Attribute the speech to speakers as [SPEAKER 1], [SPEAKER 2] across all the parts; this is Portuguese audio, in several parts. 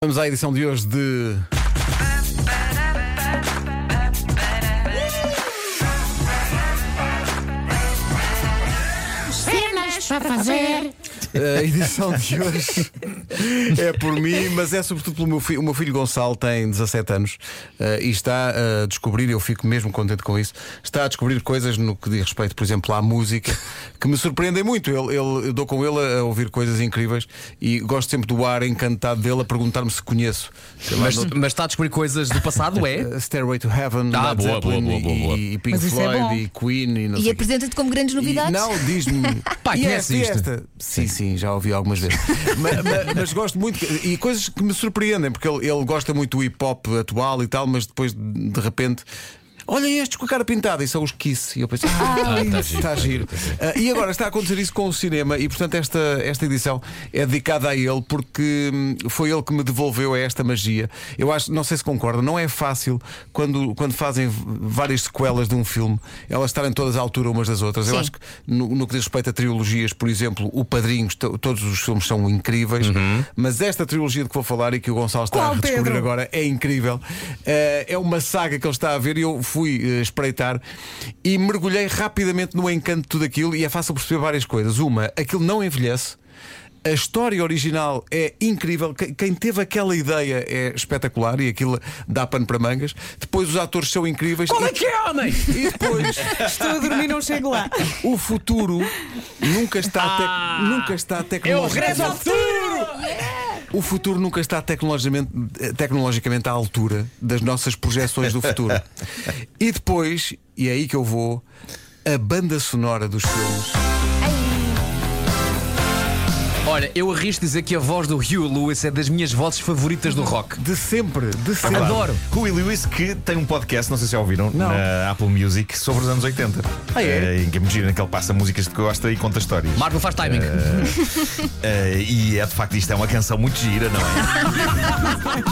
[SPEAKER 1] Vamos à edição de hoje de.
[SPEAKER 2] cenas para fazer.
[SPEAKER 1] eh, A edição de hoje é por mim, mas é sobretudo pelo meu filho. O meu filho Gonçalo tem 17 anos eh, e está a descobrir, eu fico mesmo contente com isso, está a descobrir coisas no que diz respeito, por exemplo, à música, que me surpreendem muito. Ele, ele- eu dou com ele a, a ouvir coisas incríveis e gosto sempre do ar encantado dele a perguntar-me se conheço. Sei lá,
[SPEAKER 3] Mas,
[SPEAKER 1] no-
[SPEAKER 3] mas está a descobrir coisas do passado, é?
[SPEAKER 1] eh, Stairway to Heaven,
[SPEAKER 3] Ah,
[SPEAKER 1] Led
[SPEAKER 3] boa,
[SPEAKER 1] Zeppelin e-
[SPEAKER 3] boa, boa, boa, boa.
[SPEAKER 1] E, Pink
[SPEAKER 4] Mas isso é bom.
[SPEAKER 1] Floyd e Queen e não
[SPEAKER 4] E
[SPEAKER 1] sei o quê.
[SPEAKER 4] apresenta-te como grandes novidades?
[SPEAKER 1] E- Não, diz-me.
[SPEAKER 3] Pá,
[SPEAKER 1] e esta,
[SPEAKER 3] conhece
[SPEAKER 1] e
[SPEAKER 3] isto?
[SPEAKER 1] esta? Sim, sim, já ouvi algumas vezes. Ma- ma- mas, gosto muito. que- E coisas que me surpreendem, porque ele, ele gosta muito do hip hop atual e tal, mas depois, de repente. Olha estes com a cara pintada, e são os Kiss. E eu penso, ah,
[SPEAKER 3] tá
[SPEAKER 1] isso
[SPEAKER 3] giro,
[SPEAKER 1] está
[SPEAKER 3] tá
[SPEAKER 1] giro.
[SPEAKER 3] giro,
[SPEAKER 1] Ah, e agora está a acontecer isso com o cinema, e portanto esta, esta edição é dedicada a ele, porque hum, foi ele que me devolveu a esta magia. Eu acho, não sei se concorda, não é fácil quando, quando fazem v- várias sequelas de um filme, elas estarem todas à altura umas das outras. Eu
[SPEAKER 4] Sim.
[SPEAKER 1] acho que no, no que diz respeito a trilogias, por exemplo, o Padrinho, to- todos os filmes são incríveis, mas esta trilogia de que vou falar e que o Gonçalo está
[SPEAKER 4] Qual,
[SPEAKER 1] a redescobrir
[SPEAKER 4] Pedro?
[SPEAKER 1] agora é incrível. Eh, é uma saga que ele está a ver e eu fui eh, espreitar e mergulhei rapidamente no encanto de tudo aquilo e é fácil perceber várias coisas. Uma, aquilo não envelhece. A história original é incrível. Que- Quem teve aquela ideia é espetacular e aquilo dá pano para mangas. Depois os atores são incríveis.
[SPEAKER 3] Qual
[SPEAKER 1] E-
[SPEAKER 3] é que é, homem?
[SPEAKER 1] e depois
[SPEAKER 4] Estou a dormir, não chego lá.
[SPEAKER 1] o futuro nunca está, tec-
[SPEAKER 3] Ah!
[SPEAKER 1] nunca está
[SPEAKER 3] Eu
[SPEAKER 1] tecnologicamente.
[SPEAKER 3] regresso ao futuro!
[SPEAKER 1] O futuro nunca está tecnologicamente, tecnologicamente à altura das nossas projeções do futuro. e depois, e é aí que eu vou, a banda sonora dos filmes.
[SPEAKER 3] Olha, eu arrisco dizer que a voz do Hugh Lewis é das minhas vozes favoritas do rock.
[SPEAKER 1] De sempre,
[SPEAKER 5] É
[SPEAKER 1] de sempre.
[SPEAKER 3] Claro. Adoro.
[SPEAKER 5] Huey Lewis que tem um podcast, não sei se já ouviram,
[SPEAKER 1] Não.
[SPEAKER 5] na Apple Music sobre os anos 80.
[SPEAKER 1] Ah, é?
[SPEAKER 5] Eh, em que é muito giro, em que ele passa músicas de que gosta e conta histórias.
[SPEAKER 3] Marco, faz timing.
[SPEAKER 5] Eh, e é de facto isto é uma canção muito gira, não é?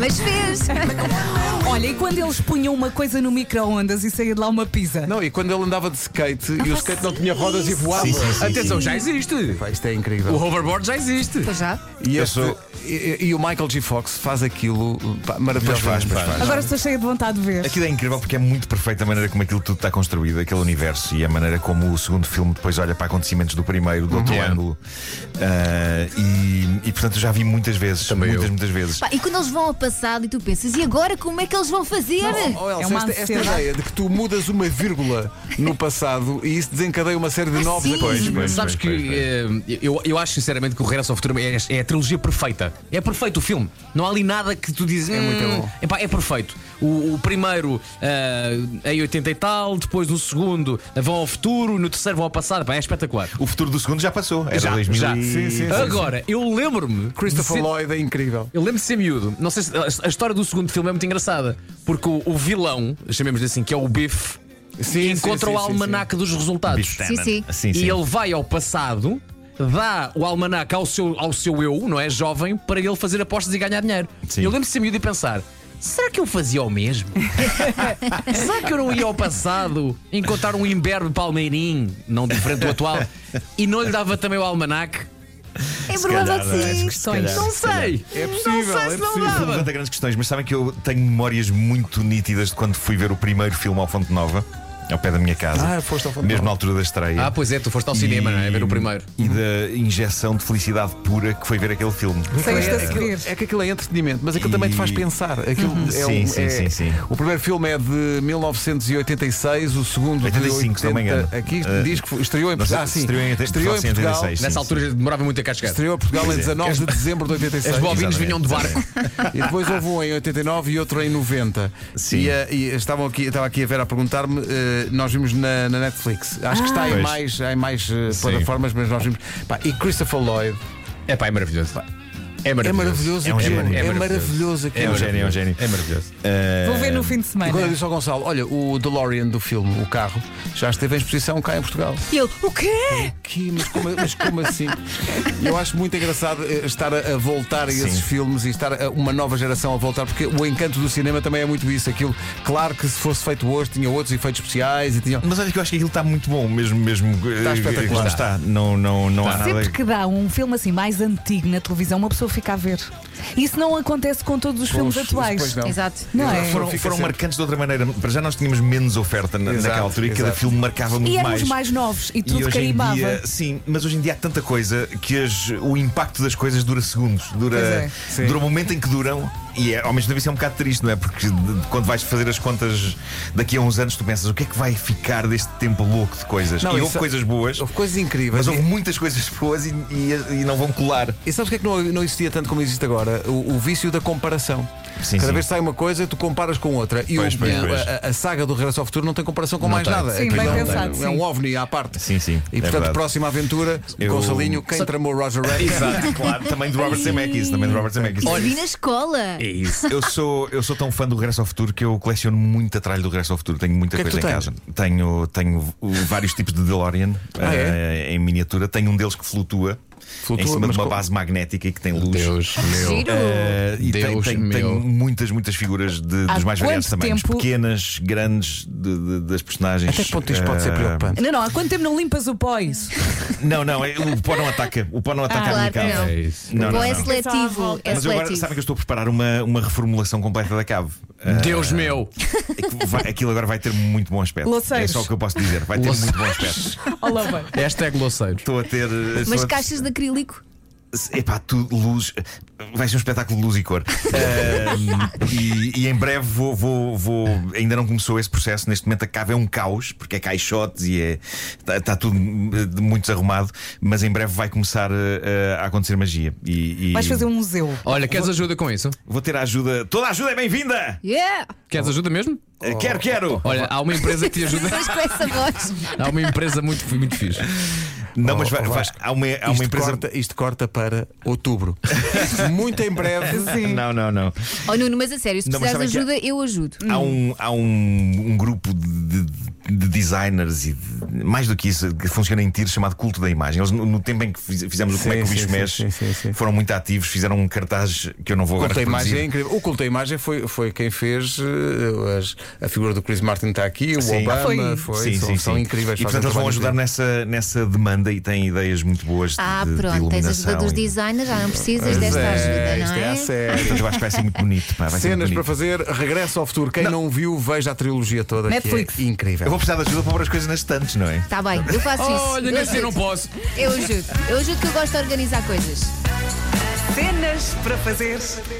[SPEAKER 4] Mas fez.
[SPEAKER 6] Olha, e quando eles punham uma coisa no micro-ondas e saía de lá uma pizza?
[SPEAKER 1] Não, e quando ele andava de skate e o
[SPEAKER 5] Ah,
[SPEAKER 1] skate não tinha rodas e voava.
[SPEAKER 3] Atenção, já existe.
[SPEAKER 1] Pá, isto é
[SPEAKER 3] O
[SPEAKER 1] incrível.
[SPEAKER 3] hoverboard já existe.
[SPEAKER 4] Pois já.
[SPEAKER 1] E,
[SPEAKER 5] Eu
[SPEAKER 1] este-
[SPEAKER 5] sou-
[SPEAKER 1] e- e o Michael G. Fox faz aquilo pá,
[SPEAKER 5] Pois
[SPEAKER 1] maravilhosamente.
[SPEAKER 5] faz, pois faz.
[SPEAKER 6] Agora estou cheia de vontade de ver.
[SPEAKER 5] Aquilo é incrível porque é muito perfeito a maneira como aquilo tudo está construído, aquele universo e a maneira como o segundo filme depois olha para acontecimentos do primeiro, do outro
[SPEAKER 3] Yeah.
[SPEAKER 5] ângulo. Eh, e, e, portanto eu já vi muitas vezes, muitas, muitas vezes.
[SPEAKER 4] Pá, e quando eles vão ao passado e tu pensas, e agora como é que eles vão fazer?
[SPEAKER 1] Oh, Elsa,
[SPEAKER 6] É uma
[SPEAKER 1] esta, esta
[SPEAKER 6] ansiedade.
[SPEAKER 1] ideia de que tu mudas uma vírgula no passado e isso desencadeia uma série de
[SPEAKER 4] Ah,
[SPEAKER 1] novos
[SPEAKER 4] sim.
[SPEAKER 1] acontecimentos.
[SPEAKER 5] Pois,
[SPEAKER 3] Sabes que
[SPEAKER 5] pois, pois.
[SPEAKER 3] eh, eu, eu acho sinceramente que o Regresso ao Futuro é, é a trilogia perfeita. É perfeito o filme. Não há ali nada que tu dizes. É
[SPEAKER 1] muito bom."
[SPEAKER 3] Epá, é perfeito. O, o primeiro ah, em 80 e tal, depois no segundo vão ao futuro, no terceiro vão ao passado. Epá, é espetacular.
[SPEAKER 5] O futuro do segundo já passou, é era
[SPEAKER 3] Já,
[SPEAKER 5] 2000
[SPEAKER 3] já.
[SPEAKER 5] e-
[SPEAKER 1] Sim, sim.
[SPEAKER 3] Agora, eu lembro-me.
[SPEAKER 1] Christopher
[SPEAKER 3] de ser-
[SPEAKER 1] Lloyd é incrível.
[SPEAKER 3] Eu lembro-me de ser miúdo. Não sei se, a, a história do segundo filme é muito engraçada. Porque o, o vilão, chamemos-lhe assim, que é o Biff,
[SPEAKER 1] Sim,
[SPEAKER 3] encontra
[SPEAKER 1] sim,
[SPEAKER 3] o
[SPEAKER 1] sim,
[SPEAKER 3] almanaque dos resultados.
[SPEAKER 5] Biff
[SPEAKER 4] Sim, sim.
[SPEAKER 5] Tannen. Sim, sim.
[SPEAKER 3] E ele vai ao passado, dá o almanac ao seu, ao seu eu, não é? Jovem, para ele fazer apostas e ganhar dinheiro.
[SPEAKER 5] Sim.
[SPEAKER 3] E eu lembro-me de ser miúdo e pensar. Será que eu fazia o mesmo? Será que eu não ia ao passado encontrar um imberbe palmeirinho, não diferente do atual, e não lhe dava também o almanac?
[SPEAKER 4] É
[SPEAKER 5] Se calhar,
[SPEAKER 4] provável
[SPEAKER 5] não é?
[SPEAKER 4] que sim.
[SPEAKER 5] Se calhar,
[SPEAKER 3] Não
[SPEAKER 5] se calhar.
[SPEAKER 3] sei!
[SPEAKER 1] É possível,
[SPEAKER 3] não sei
[SPEAKER 1] é
[SPEAKER 3] se não
[SPEAKER 1] possível.
[SPEAKER 5] Não
[SPEAKER 3] dava!
[SPEAKER 5] levanta grandes questões, mas sabem que eu tenho memórias muito nítidas de quando fui ver o primeiro filme ao Fonte Nova, ao pé da minha casa.
[SPEAKER 1] Ah, foste ao Fonte
[SPEAKER 5] Mesmo
[SPEAKER 1] Nova.
[SPEAKER 5] na altura da estreia.
[SPEAKER 3] Ah, pois é, tu foste ao cinema, não é? Ver o primeiro.
[SPEAKER 5] E da injeção de felicidade pura que foi ver aquele filme.
[SPEAKER 6] Sei este a
[SPEAKER 1] É,
[SPEAKER 6] seguir.
[SPEAKER 1] é que aquilo é entretenimento, mas aquilo também te faz
[SPEAKER 5] E- Uhum.
[SPEAKER 1] pensar. Aquilo é
[SPEAKER 5] Sim,
[SPEAKER 1] um-
[SPEAKER 5] sim,
[SPEAKER 1] é-
[SPEAKER 5] sim, sim.
[SPEAKER 1] O primeiro filme é de 1986, o segundo
[SPEAKER 5] 85,
[SPEAKER 1] de
[SPEAKER 5] se não me
[SPEAKER 1] 80.
[SPEAKER 5] engano.
[SPEAKER 1] Aqui
[SPEAKER 5] Eh,
[SPEAKER 1] diz que foi- estreou em
[SPEAKER 5] não sei
[SPEAKER 1] Portugal. Ah,
[SPEAKER 5] se
[SPEAKER 1] sim.
[SPEAKER 5] estreou em 80,
[SPEAKER 1] Estreou em
[SPEAKER 5] sim, em
[SPEAKER 1] Portugal.
[SPEAKER 5] 86.
[SPEAKER 3] Nessa
[SPEAKER 5] sim.
[SPEAKER 3] altura demorava muito a cá chegar.
[SPEAKER 1] Estreou em Portugal em
[SPEAKER 5] Pois é.
[SPEAKER 1] 19 de dezembro de 86.
[SPEAKER 3] As bobinas
[SPEAKER 5] Exatamente,
[SPEAKER 3] vinham de barco.
[SPEAKER 1] E depois houve um em 89 e outro em 90.
[SPEAKER 5] Sim.
[SPEAKER 1] E, eh, e estavam aqui, estava aqui a Vera a perguntar-me, eh, nós vimos na, na Netflix. Acho que está em
[SPEAKER 5] Ah. Pois.
[SPEAKER 1] mais, em mais eh,
[SPEAKER 5] Sim.
[SPEAKER 1] plataformas, mas nós vimos. Pá, e Christopher Lloyd.
[SPEAKER 3] É pá, é maravilhoso. É
[SPEAKER 1] É
[SPEAKER 3] maravilhoso.
[SPEAKER 1] maravilhoso
[SPEAKER 5] É um
[SPEAKER 1] aquilo.
[SPEAKER 5] gênio.
[SPEAKER 1] É,
[SPEAKER 3] É maravilhoso.
[SPEAKER 1] maravilhoso aquilo.
[SPEAKER 5] É um gênio, é um gênio.
[SPEAKER 3] É maravilhoso.
[SPEAKER 6] Vou ver no fim de
[SPEAKER 1] E quando eu
[SPEAKER 6] semana.
[SPEAKER 1] disse ao Gonçalo, olha, o DeLorean do filme, o carro, já esteve em exposição cá em Portugal.
[SPEAKER 4] E ele, o quê?
[SPEAKER 1] Que, mas, como, mas como assim? Eu acho muito engraçado eh, estar a, a voltar a esses
[SPEAKER 5] Sim.
[SPEAKER 1] filmes e estar a- uma nova geração a voltar, porque o encanto do cinema também é muito isso. Aquilo, claro que se fosse feito hoje, tinha outros efeitos especiais e tinha.
[SPEAKER 5] Mas olha que eu acho que aquilo está muito bom, mesmo, mesmo eh,
[SPEAKER 1] espetacular.
[SPEAKER 5] que Não está. Não, não, não há nada.
[SPEAKER 6] Sempre que dá um filme assim mais antigo na televisão, uma pessoa fica a ver. Isso não acontece com todos os filmes atuais.
[SPEAKER 1] Pois não.
[SPEAKER 4] Exato.
[SPEAKER 6] Não é?
[SPEAKER 5] Foram,
[SPEAKER 1] Fica
[SPEAKER 5] foram
[SPEAKER 1] sempre.
[SPEAKER 5] marcantes de outra maneira. Para já nós tínhamos menos oferta na-
[SPEAKER 1] Exato,
[SPEAKER 5] naquela altura e cada
[SPEAKER 1] exato.
[SPEAKER 5] filme marcava muito
[SPEAKER 6] E éramos
[SPEAKER 5] mais.
[SPEAKER 6] mais novos e
[SPEAKER 5] E
[SPEAKER 6] tudo
[SPEAKER 5] hoje em
[SPEAKER 6] carimbava.
[SPEAKER 5] dia, sim, mas hoje em dia há tanta coisa que as- o impacto das coisas dura segundos, dura,
[SPEAKER 6] Pois é.
[SPEAKER 1] Sim.
[SPEAKER 5] dura o momento em que duram. E é, ao mesmo tempo isso é um bocado triste, não é? Porque de- de- quando vais fazer as contas daqui a uns anos, tu pensas o que é que vai ficar deste tempo louco de coisas.
[SPEAKER 1] Não,
[SPEAKER 5] e
[SPEAKER 1] isso-
[SPEAKER 5] houve coisas boas,
[SPEAKER 1] Houve coisas incríveis.
[SPEAKER 5] mas houve muitas coisas boas e, e- e não vão colar.
[SPEAKER 1] E sabes o que é que não, não existia tanto como existe agora? O, o vício da comparação.
[SPEAKER 5] Sim,
[SPEAKER 1] Cada
[SPEAKER 5] sim.
[SPEAKER 1] vez que sai uma coisa, tu comparas com outra. E
[SPEAKER 5] Pois,
[SPEAKER 1] o,
[SPEAKER 5] pois,
[SPEAKER 1] o-
[SPEAKER 5] pois.
[SPEAKER 1] A, a saga do Regresso ao Futuro não tem comparação com
[SPEAKER 5] Não
[SPEAKER 1] mais
[SPEAKER 5] tem.
[SPEAKER 1] nada.
[SPEAKER 5] Sim,
[SPEAKER 1] Aquilo
[SPEAKER 5] bem
[SPEAKER 1] é um-
[SPEAKER 6] pensado,
[SPEAKER 1] É um
[SPEAKER 6] sim.
[SPEAKER 1] ovni à parte.
[SPEAKER 5] Sim, sim,
[SPEAKER 1] E
[SPEAKER 5] é
[SPEAKER 1] portanto,
[SPEAKER 5] verdade.
[SPEAKER 1] próxima aventura,
[SPEAKER 5] Eu-
[SPEAKER 1] Gonçalinho, quem tramou Roger Rabbit?
[SPEAKER 5] Exato, claro. Também do Robert Zemeckis. Também do Robert Zemeckis.
[SPEAKER 4] Eu vi na escola.
[SPEAKER 5] É isso. Eu sou, eu sou tão fã do Regresso ao Futuro que eu coleciono muito atrás do Regresso ao Futuro. Tenho muita
[SPEAKER 1] O que é que
[SPEAKER 5] coisa em
[SPEAKER 1] tu
[SPEAKER 5] casa. Tenho, tenho uh, vários tipos de DeLorean
[SPEAKER 1] Ah, é?
[SPEAKER 5] eh, em miniatura. Tenho um deles que flutua,
[SPEAKER 1] Flutua,
[SPEAKER 5] em cima de
[SPEAKER 1] mas
[SPEAKER 5] uma
[SPEAKER 1] co-
[SPEAKER 5] base magnética e que tem luz.
[SPEAKER 3] Deus meu.
[SPEAKER 4] Giro.
[SPEAKER 5] Eh, e
[SPEAKER 3] Deus
[SPEAKER 5] tem, tem- tem
[SPEAKER 3] meu.
[SPEAKER 5] muitas, muitas figuras de-
[SPEAKER 6] Há
[SPEAKER 5] dos mais variados
[SPEAKER 6] quanto
[SPEAKER 5] tamanhos.
[SPEAKER 6] tempo-
[SPEAKER 5] Pequenas, grandes, de- de- das personagens.
[SPEAKER 1] Até que ponto isto pode ser
[SPEAKER 5] Eh,
[SPEAKER 1] preocupante?
[SPEAKER 6] Não, não, há quanto tempo não limpas o pó isso?
[SPEAKER 5] Não, não, é- o pó não ataca. O pó não ataca a minha
[SPEAKER 4] claro que
[SPEAKER 5] casa.
[SPEAKER 4] não.
[SPEAKER 3] É isso.
[SPEAKER 5] Não,
[SPEAKER 4] Ou
[SPEAKER 5] não,
[SPEAKER 4] é
[SPEAKER 5] não.
[SPEAKER 4] seletivo. É
[SPEAKER 5] Mas eu agora
[SPEAKER 4] seletivo.
[SPEAKER 5] sabem que eu estou a preparar uma, uma reformulação completa da cave.
[SPEAKER 1] Hum.
[SPEAKER 5] Eh,
[SPEAKER 3] Deus meu.
[SPEAKER 5] É que vai- aquilo agora vai ter muito bom aspecto.
[SPEAKER 6] Loceiros.
[SPEAKER 5] É só o que eu posso dizer. Vai ter
[SPEAKER 3] Loceiros.
[SPEAKER 5] muito bom aspecto.
[SPEAKER 6] Olá, bem.
[SPEAKER 3] Hashtag Loceiros.
[SPEAKER 5] Estou a ter.
[SPEAKER 4] Mas
[SPEAKER 5] estou a-
[SPEAKER 4] caixas de acrílico.
[SPEAKER 5] Epá, tu, luz. Vai ser um espetáculo de luz e cor. Ahm, e, e em breve vou, vou, vou. Ainda não começou esse processo. Neste momento a cave é um caos, porque é caixotes e é. Está tudo eh, de- muito desarrumado. Mas em breve vai começar eh, a acontecer magia. E, e
[SPEAKER 6] Vais fazer um museu.
[SPEAKER 3] Olha, queres ajuda com isso?
[SPEAKER 5] Vou ter a ajuda. Toda a ajuda é bem-vinda!
[SPEAKER 4] Yeah!
[SPEAKER 3] Queres ajuda mesmo?
[SPEAKER 5] Eh,
[SPEAKER 1] Oh.
[SPEAKER 5] Quero, quero!
[SPEAKER 3] Olha, há uma empresa que te ajuda.
[SPEAKER 4] Mas com essa voz.
[SPEAKER 3] Há uma empresa muito, muito fixe.
[SPEAKER 5] Não, mas
[SPEAKER 1] Oh,
[SPEAKER 5] vai,
[SPEAKER 1] oh,
[SPEAKER 5] vai-
[SPEAKER 1] Vasco,
[SPEAKER 5] há uma, há uma
[SPEAKER 1] Isto,
[SPEAKER 5] empresa.
[SPEAKER 1] corta, isto corta para outubro. Muito em breve.
[SPEAKER 5] Não, não, não.
[SPEAKER 4] Oh Nuno, mas a sério, se
[SPEAKER 5] Não, mas
[SPEAKER 4] precisares de
[SPEAKER 5] sabem que é
[SPEAKER 4] ajuda, eu ajudo.
[SPEAKER 5] Há um, há um, um grupo de, de- de designers e de- mais do que isso, que funciona em tiro, chamado Culto da Imagem. Eles, no, no tempo em que fiz- fizemos o Como
[SPEAKER 1] Sim,
[SPEAKER 5] é que o
[SPEAKER 1] sim,
[SPEAKER 5] Bicho
[SPEAKER 1] sim,
[SPEAKER 5] Mexe,
[SPEAKER 1] sim, sim, sim.
[SPEAKER 5] foram muito ativos, fizeram um cartaz que eu não vou
[SPEAKER 1] O
[SPEAKER 5] agora
[SPEAKER 1] culto à
[SPEAKER 5] reproduzir.
[SPEAKER 1] imagem é incrível. O culto à imagem foi, foi quem fez eh, as- a figura do Chris Martin está aqui, o
[SPEAKER 5] Sim.
[SPEAKER 1] Obama
[SPEAKER 6] Foi.
[SPEAKER 1] foi, são, são incríveis.
[SPEAKER 5] E
[SPEAKER 1] fazem
[SPEAKER 5] portanto eles vão
[SPEAKER 1] trabalho
[SPEAKER 5] ajudar
[SPEAKER 1] incrível.
[SPEAKER 5] nessa, nessa demanda e têm ideias muito boas de,
[SPEAKER 4] Ah,
[SPEAKER 5] de, de
[SPEAKER 4] pronto, tens a ajuda
[SPEAKER 5] iluminação
[SPEAKER 4] dos
[SPEAKER 5] e-
[SPEAKER 4] designers, já não precisas
[SPEAKER 1] Pois
[SPEAKER 4] desta
[SPEAKER 1] é,
[SPEAKER 4] ajuda,
[SPEAKER 1] isto
[SPEAKER 4] não
[SPEAKER 1] é
[SPEAKER 4] é?
[SPEAKER 1] a sério.
[SPEAKER 5] Portanto, eu acho que vai ser muito bonito. pá, vai ser
[SPEAKER 1] Cenas
[SPEAKER 5] muito
[SPEAKER 1] para
[SPEAKER 5] bonito.
[SPEAKER 1] fazer, regresso ao futuro. Quem não, viu, veja a trilogia toda.
[SPEAKER 6] Netflix.
[SPEAKER 1] Que é incrível.
[SPEAKER 5] Eu vou precisar de ajuda para pôr as coisas nas estantes, não é?
[SPEAKER 4] Tá bem, eu faço isso.
[SPEAKER 3] Olha,
[SPEAKER 4] eu,
[SPEAKER 3] nesse eu não
[SPEAKER 4] ajudo.
[SPEAKER 3] posso.
[SPEAKER 4] eu ajudo. Eu ajudo que eu gosto de organizar coisas.
[SPEAKER 6] Cenas para fazer.